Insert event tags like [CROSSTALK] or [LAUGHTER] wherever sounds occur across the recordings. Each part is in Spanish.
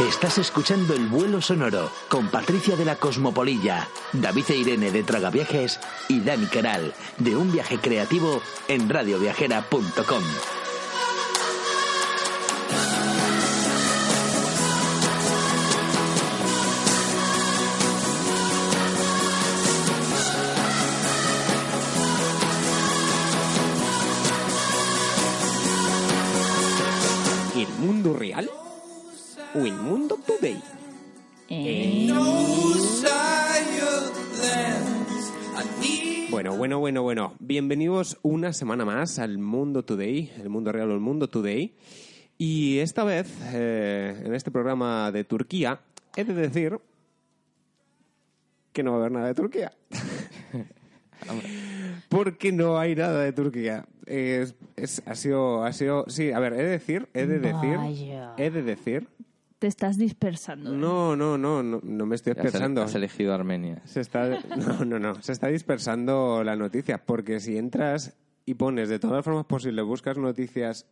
Estás escuchando El vuelo sonoro con Patricia de la Cosmopolilla, David e Irene de Tragaviajes y Dani Queral de Un viaje creativo en radioviajera.com. ¿El mundo real o el mundo today? Bueno, bueno, bueno, bueno. Bienvenidos una semana más al mundo today, el mundo real o el mundo today. Y esta vez, eh, en este programa de Turquía, he de decir que no va a haber nada de Turquía. Porque no hay nada de Turquía. Es- es- ha sido, ha sido, sí, a ver, he de decir, he de decir, Vaya. he de decir, Te estás dispersando. no, no, no, no, no me estoy Has, pensando. has elegido Armenia. Se está, no, no, no. Se está dispersando la noticia. Porque si entras y pones de todas las formas posibles, buscas noticias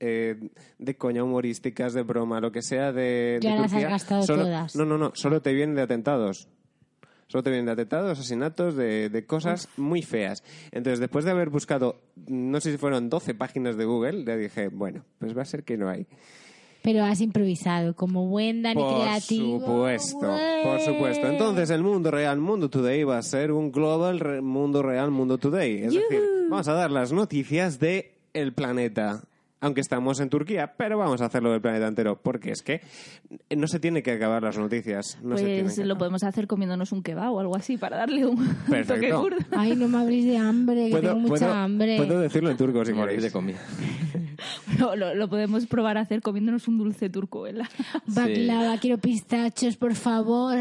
eh, de coña humorísticas, de broma, lo que sea de. Ya de las has Turquía, gastado solo- todas. No, no, no. Solo te vienen de atentados. Solo te vienen de atentados, asesinatos, de, de cosas muy feas. Entonces, después de haber buscado, no sé si fueron 12 páginas de Google, le dije, bueno, pues va a ser que no hay. Pero has improvisado como buen Dani Por creativo. supuesto, güey. por supuesto. Entonces, el mundo real, mundo today, va a ser un global re- mundo real, mundo today. Es decir, vamos a dar las noticias de el planeta. Aunque estamos en Turquía, pero vamos a hacerlo del planeta entero, porque es que no se tiene que acabar las noticias. No se tiene pues que lo acabar. podemos hacer comiéndonos un kebab o algo así para darle un [LAUGHS] toque Perfecto. kurdo. Ay, no me abrís de hambre, que tengo mucha puedo- hambre. puedo decirlo en turco si Me olvidé queréis. [LAUGHS] de comida. Lo, lo- lo podemos probar a hacer comiéndonos un dulce turco. ¿eh? La- Baklava, quiero pistachos, por favor.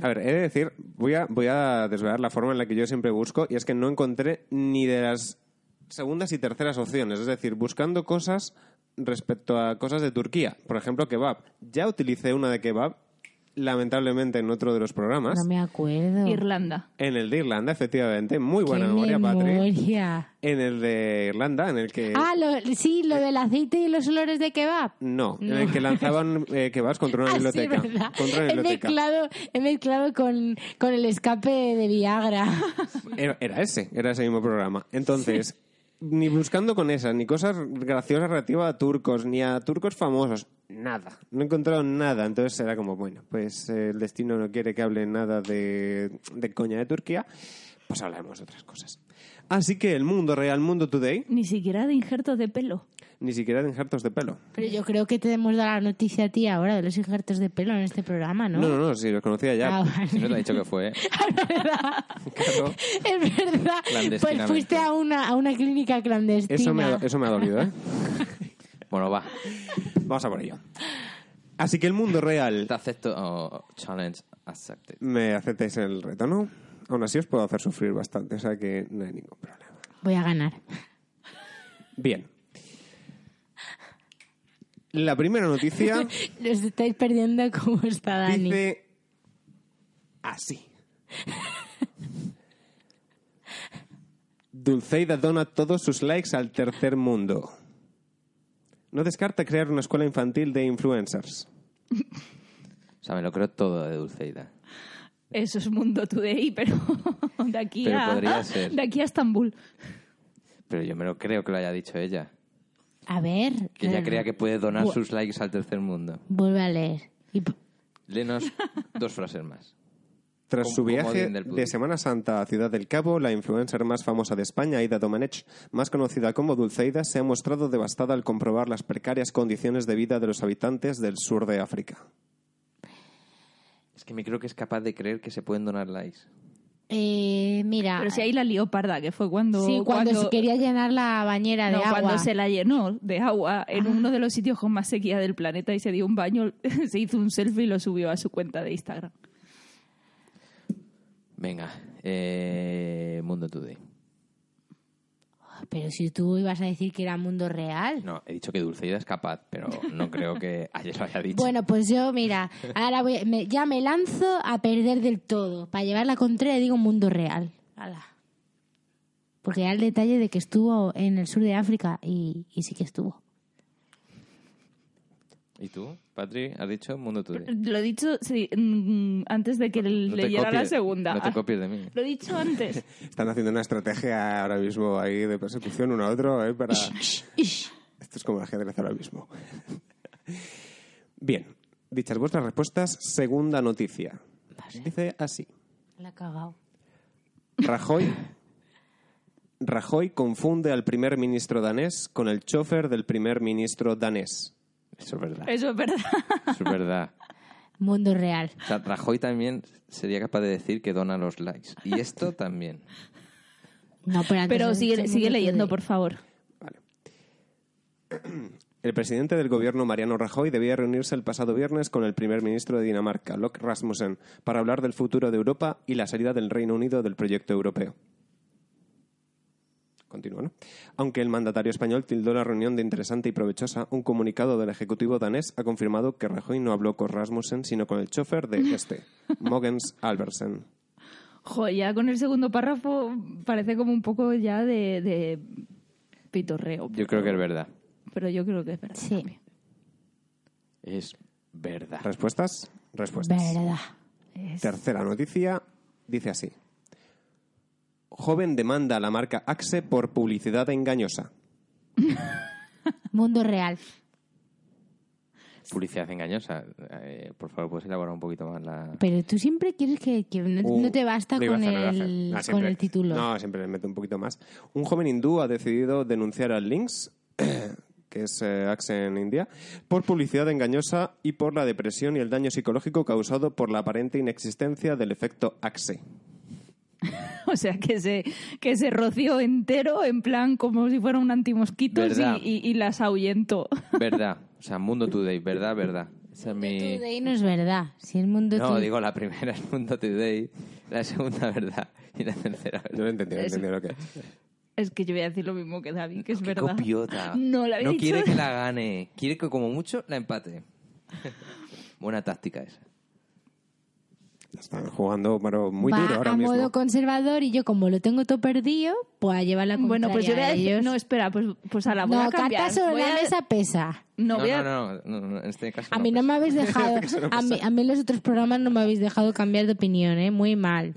A ver, he de decir, voy a, voy a desvelar la forma en la que yo siempre busco, y es que no encontré ni de las segundas y terceras opciones. Es decir, buscando cosas respecto a cosas de Turquía. Por ejemplo, kebab. Ya utilicé una de kebab, lamentablemente en otro de los programas. [LAUGHS] No me acuerdo. Irlanda. En el de Irlanda, efectivamente. Muy buena ¡Qué memoria, Patri. Eh. memoria! En el de Irlanda, en el que... Ah, lo- sí, Eh. lo del aceite y los olores de kebab. No, en el que lanzaban eh, kebabs contra una Ah, sí, biblioteca. ¿verdad? contra una He biblioteca. mezclado, he mezclado con, con el escape de Viagra. [LAUGHS] Era, era ese, era ese mismo programa. Entonces, ni buscando con esas, ni cosas graciosas relativas a turcos, ni a turcos famosos, nada. No he encontrado nada. Entonces era como, bueno, pues eh, el destino no quiere que hable nada de, de coña de Turquía, pues hablaremos de otras cosas. Así que el mundo real, mundo today, Ni siquiera de injertos de pelo. ni siquiera de injertos de pelo. Pero yo creo que te hemos dado la noticia a ti ahora de los injertos de pelo en este programa, ¿no? No, no, no, sí, los conocía ya. Ah, vale. Si no te ha dicho [LAUGHS] que fue. ¿eh? Claro. [LAUGHS] Es verdad. Pues Clandestinamente. fuiste a una, a una clínica clandestina. Eso me, ha, eso me ha dolido, ¿eh? Bueno, va. Vamos a por ello. Así que el mundo real... Te acepto. oh, challenge accepted. me aceptáis el reto, ¿no? Aún así os puedo hacer sufrir bastante, o sea que no hay ningún problema. Voy a ganar. Bien. La primera noticia Los estáis perdiendo como está Dani. dice así. Dulceida dona todos sus likes al tercer mundo. No descarta crear una escuela infantil de influencers. O sea, me lo creo todo de Dulceida. Eso es mundo today, pero [LAUGHS] de aquí Pero a podría ser. de aquí a Estambul. Pero yo me lo creo que lo haya dicho ella. A ver. Que Eh. ella crea que puede donar Bu- sus likes al tercer mundo. Vuelve a leer. Y p- [LAUGHS] Lenos dos frases más. Tras Como- su como viaje Odín del Putin. de Semana Santa a Ciudad del Cabo, la influencer más famosa de España, Aida Domenech, más conocida como Dulceida, se ha mostrado devastada al comprobar las precarias condiciones de vida de los habitantes del sur de África. Es que me creo que es capaz de creer que se pueden donar likes. eh, mira. Pero si ahí la lió parda, que fue cuando sí, cuando, se quería llenar la bañera No, de agua. Ah. cuando se la llenó de agua en uno de los sitios con más sequía del planeta y se dio un baño, [LAUGHS] se hizo un selfie y lo subió a su cuenta de Instagram. Venga, eh, Mundo Today. Pero si tú ibas a decir que era mundo real. No, he dicho que Dulceida es capaz, pero no creo [LAUGHS] que ayer lo haya dicho. Bueno, pues yo, mira, ahora voy, me- ya me lanzo a perder del todo. Para llevar la contraria digo mundo real. Ala. Porque da el detalle de que estuvo en el sur de África y, y sí que estuvo. ¿Y ¿Y tú, Patri? Has dicho mundo tuyo. Lo he dicho sí, mm, antes de que No te leyera la copies- segunda. No te Ah, copies de mí. Lo he dicho [LAUGHS] antes. Están haciendo una estrategia ahora mismo ahí de persecución uno a otro, ¿eh? Para... Ish. Esto es como el ajedrez ahora mismo. Bien, dichas vuestras respuestas, segunda noticia. Dice así. La ha cagado. Rajoy. Rajoy confunde al primer ministro danés con el chofer del primer ministro danés. Eso es verdad. Eso es verdad. Eso es verdad. Mundo real. O sea, Rajoy también sería capaz de decir que dona los likes. Y esto también. No, pero antes Pero has sigue, dicho sigue mundo leyendo, tuyo. por favor. El presidente del gobierno, Mariano Rajoy, debía reunirse el pasado viernes con el primer ministro de Dinamarca, Locke Rasmussen, para hablar del futuro de Europa y la salida del Reino Unido del proyecto europeo. Continúa, ¿no? Aunque el mandatario español tildó la reunión de interesante y provechosa, un comunicado del Ejecutivo danés ha confirmado que Rajoy no habló con Rasmussen, sino con el chofer de este, Mogens Albersen. Jo, ya con el segundo párrafo parece como un poco ya de, de pitorreo. Yo creo que es verdad. Pero yo creo que es verdad. [LAUGHS] Sí. también. Es verdad. ¿Respuestas? Respuestas. Verdad. Es- Tercera noticia dice así. Joven demanda a la marca Axe por publicidad engañosa. Mundo real. Publicidad engañosa. Eh, por favor, puedes elaborar un poquito más la. Pero tú siempre quieres que, que no, Uh, no te basta lo iba a con hacer, lo iba a hacer. el, Ah, con siempre- el título. No, siempre le meto un poquito más. Un joven hindú ha decidido denunciar a Lynx, [CLEARS THROAT] que es eh, Axe en India, por publicidad engañosa y por la depresión y el daño psicológico causado por la aparente inexistencia del efecto Axe. O sea, que se, que se roció entero en plan como si fuera un antimosquitos y, Verdad. y, y las ahuyentó. Verdad. O sea, Mundo Today, verdad, verdad. Esa es mi. Today no es verdad. Si el mundo No, tu- digo, la primera es Mundo Today, la segunda, verdad. Y la tercera, No verdad. lo he entendido, no he Es- entendido lo que es. [LAUGHS] Es que yo voy a decir lo mismo que David, que es Qué verdad. copiota. No, la habéis dicho. quiere que la gane. Quiere que, como mucho, la empate. Buena táctica esa. Están jugando pero muy va duro ahora a mismo. modo conservador y yo como lo tengo todo perdido, pues a llevar la Bueno, pues yo voy contraria a a decir... ellos. No, espera, pues, pues a la voy No, a cambiar. carta sobre Voy la a- mesa pesa. No, No, voy a- no, no, no, no, en este caso A mí no pues. me habéis dejado, a mí, a mí en los otros programas no me habéis dejado cambiar de opinión, ¿eh? Muy mal.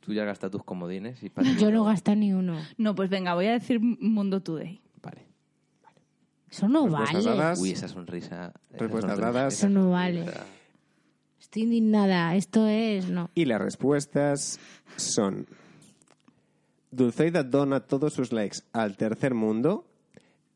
Tú ya gastas tus comodines y para Yo no gasto ni uno. No, pues venga, voy a decir Mundo Today. Vale. Eso no Respuestas vale. dadas. Uy, esa sonrisa. esa Respuestas sonrisa, dadas. esa Eso no vale. sonrisa. Estoy indignada. Esto es... No. Y las respuestas son... Dulceida dona todos sus likes al tercer mundo,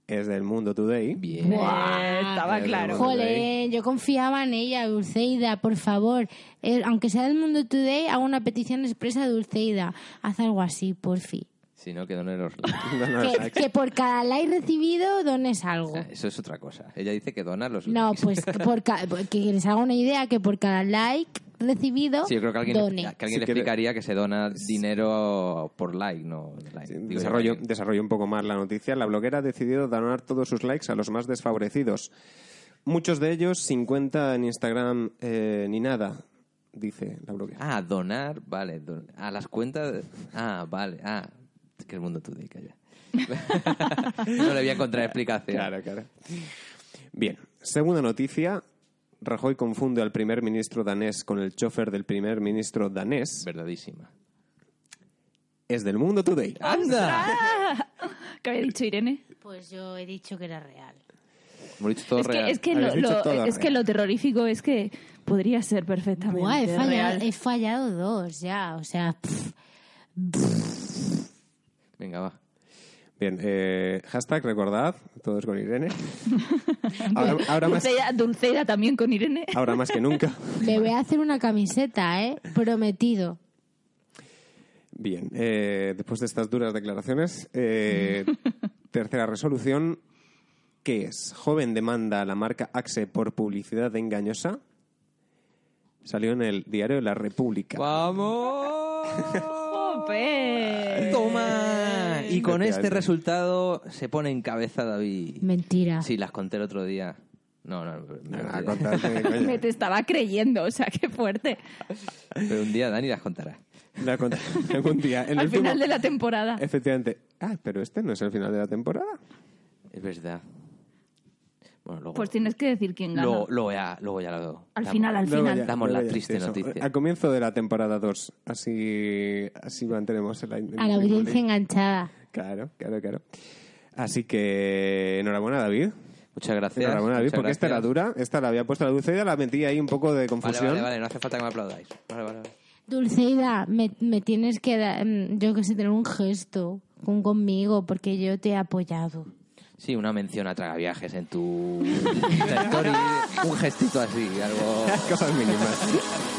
es del mundo today. Bien. Eh, estaba Eh, claro. bueno. Jolín, yo confiaba en ella, Dulceida, por favor. Eh, aunque sea del mundo today, hago una petición expresa a Dulceida. Haz algo así, por fin. Si no, que [LAUGHS] donen los likes. [LAUGHS] Dona los Que, likes. que por cada like recibido dones O algo. sea, Ah, Eso es otra cosa. Ella dice que dona los No, likes. pues que por ca- que les haga una idea que por cada like recibido Sí, yo creo que alguien, done. que alguien Si le quiere- explicaría que se dona dinero por like, no like. Sí, Digo, Desarrollo, like. desarrollo un poco más la noticia. La bloguera ha decidido donar todos sus likes a los más desfavorecidos. Muchos de ellos sin cuenta en Instagram eh, ni nada, dice la bloguera. Ah, donar, vale. don- a las cuentas. Ah, vale. Ah, es que el mundo tú [LAUGHS] calla. no le voy a encontrar explicación. claro. Bien, segunda noticia. Rajoy confunde al primer ministro danés con el chofer del primer ministro danés. Verdadísima. Es del mundo today. ¡Anda! ¿Qué había dicho Irene? Pues yo he dicho que era real. Hemos dicho todo es real. que, es que, Habéis lo, dicho lo- todo es que real. lo terrorífico es que podría ser perfectamente Buah, he fallado, real. he fallado dos ya, o sea... pff. Venga, va. Bien, eh, hashtag recordad, todos con Irene. [LAUGHS] Ahora, ahora más, Dulceida, Dulceida también con Irene. ahora más que nunca. Me voy a hacer una camiseta, ¿eh? Prometido. Bien, eh, después de estas duras declaraciones, [LAUGHS] eh, tercera resolución, que es? Joven demanda a la marca Axe por publicidad engañosa. Salió en el diario La República. ¡Vamos! ¡Jope! ¡Toma! Y con este Efectivamente. resultado se pone en cabeza David. Mentira. Sí, las conté el otro día. No, no, me No, no, olvidé. contadme, coño. [LAUGHS] Me te estaba creyendo, o sea, qué fuerte. [LAUGHS] Pero un día Dani las contará. La [LAUGHS] contadme algún día. El Al último- final de la temporada. Efectivamente. Ah, pero este no es el final de la temporada. Es verdad. Bueno, luego, Pues tienes que decir quién gana. luego, luego ya, luego ya lo Al damos. final, al Luego final. ya, Damos luego la ya, triste eso. Ah, noticia. A comienzo de la temporada 2, así, así mantenemos el, el- A la el- audiencia enganchada. Claro, claro, claro. Así que enhorabuena, David. Muchas gracias. enhorabuena, David, muchas porque esta era gracias. dura. Esta la había puesto la dulceida, la metí ahí un poco de Vale, confusión. vale, vale, no hace falta que me aplaudáis. Vale, vale, vale. Dulceida, me, me tienes que dar, mm, yo que sé, tener un gesto con, conmigo porque yo te he apoyado. Sí, una mención a [LAUGHS] Tragaviajes en tu Insta story. Un gestito así, algo... Cosas mínimas.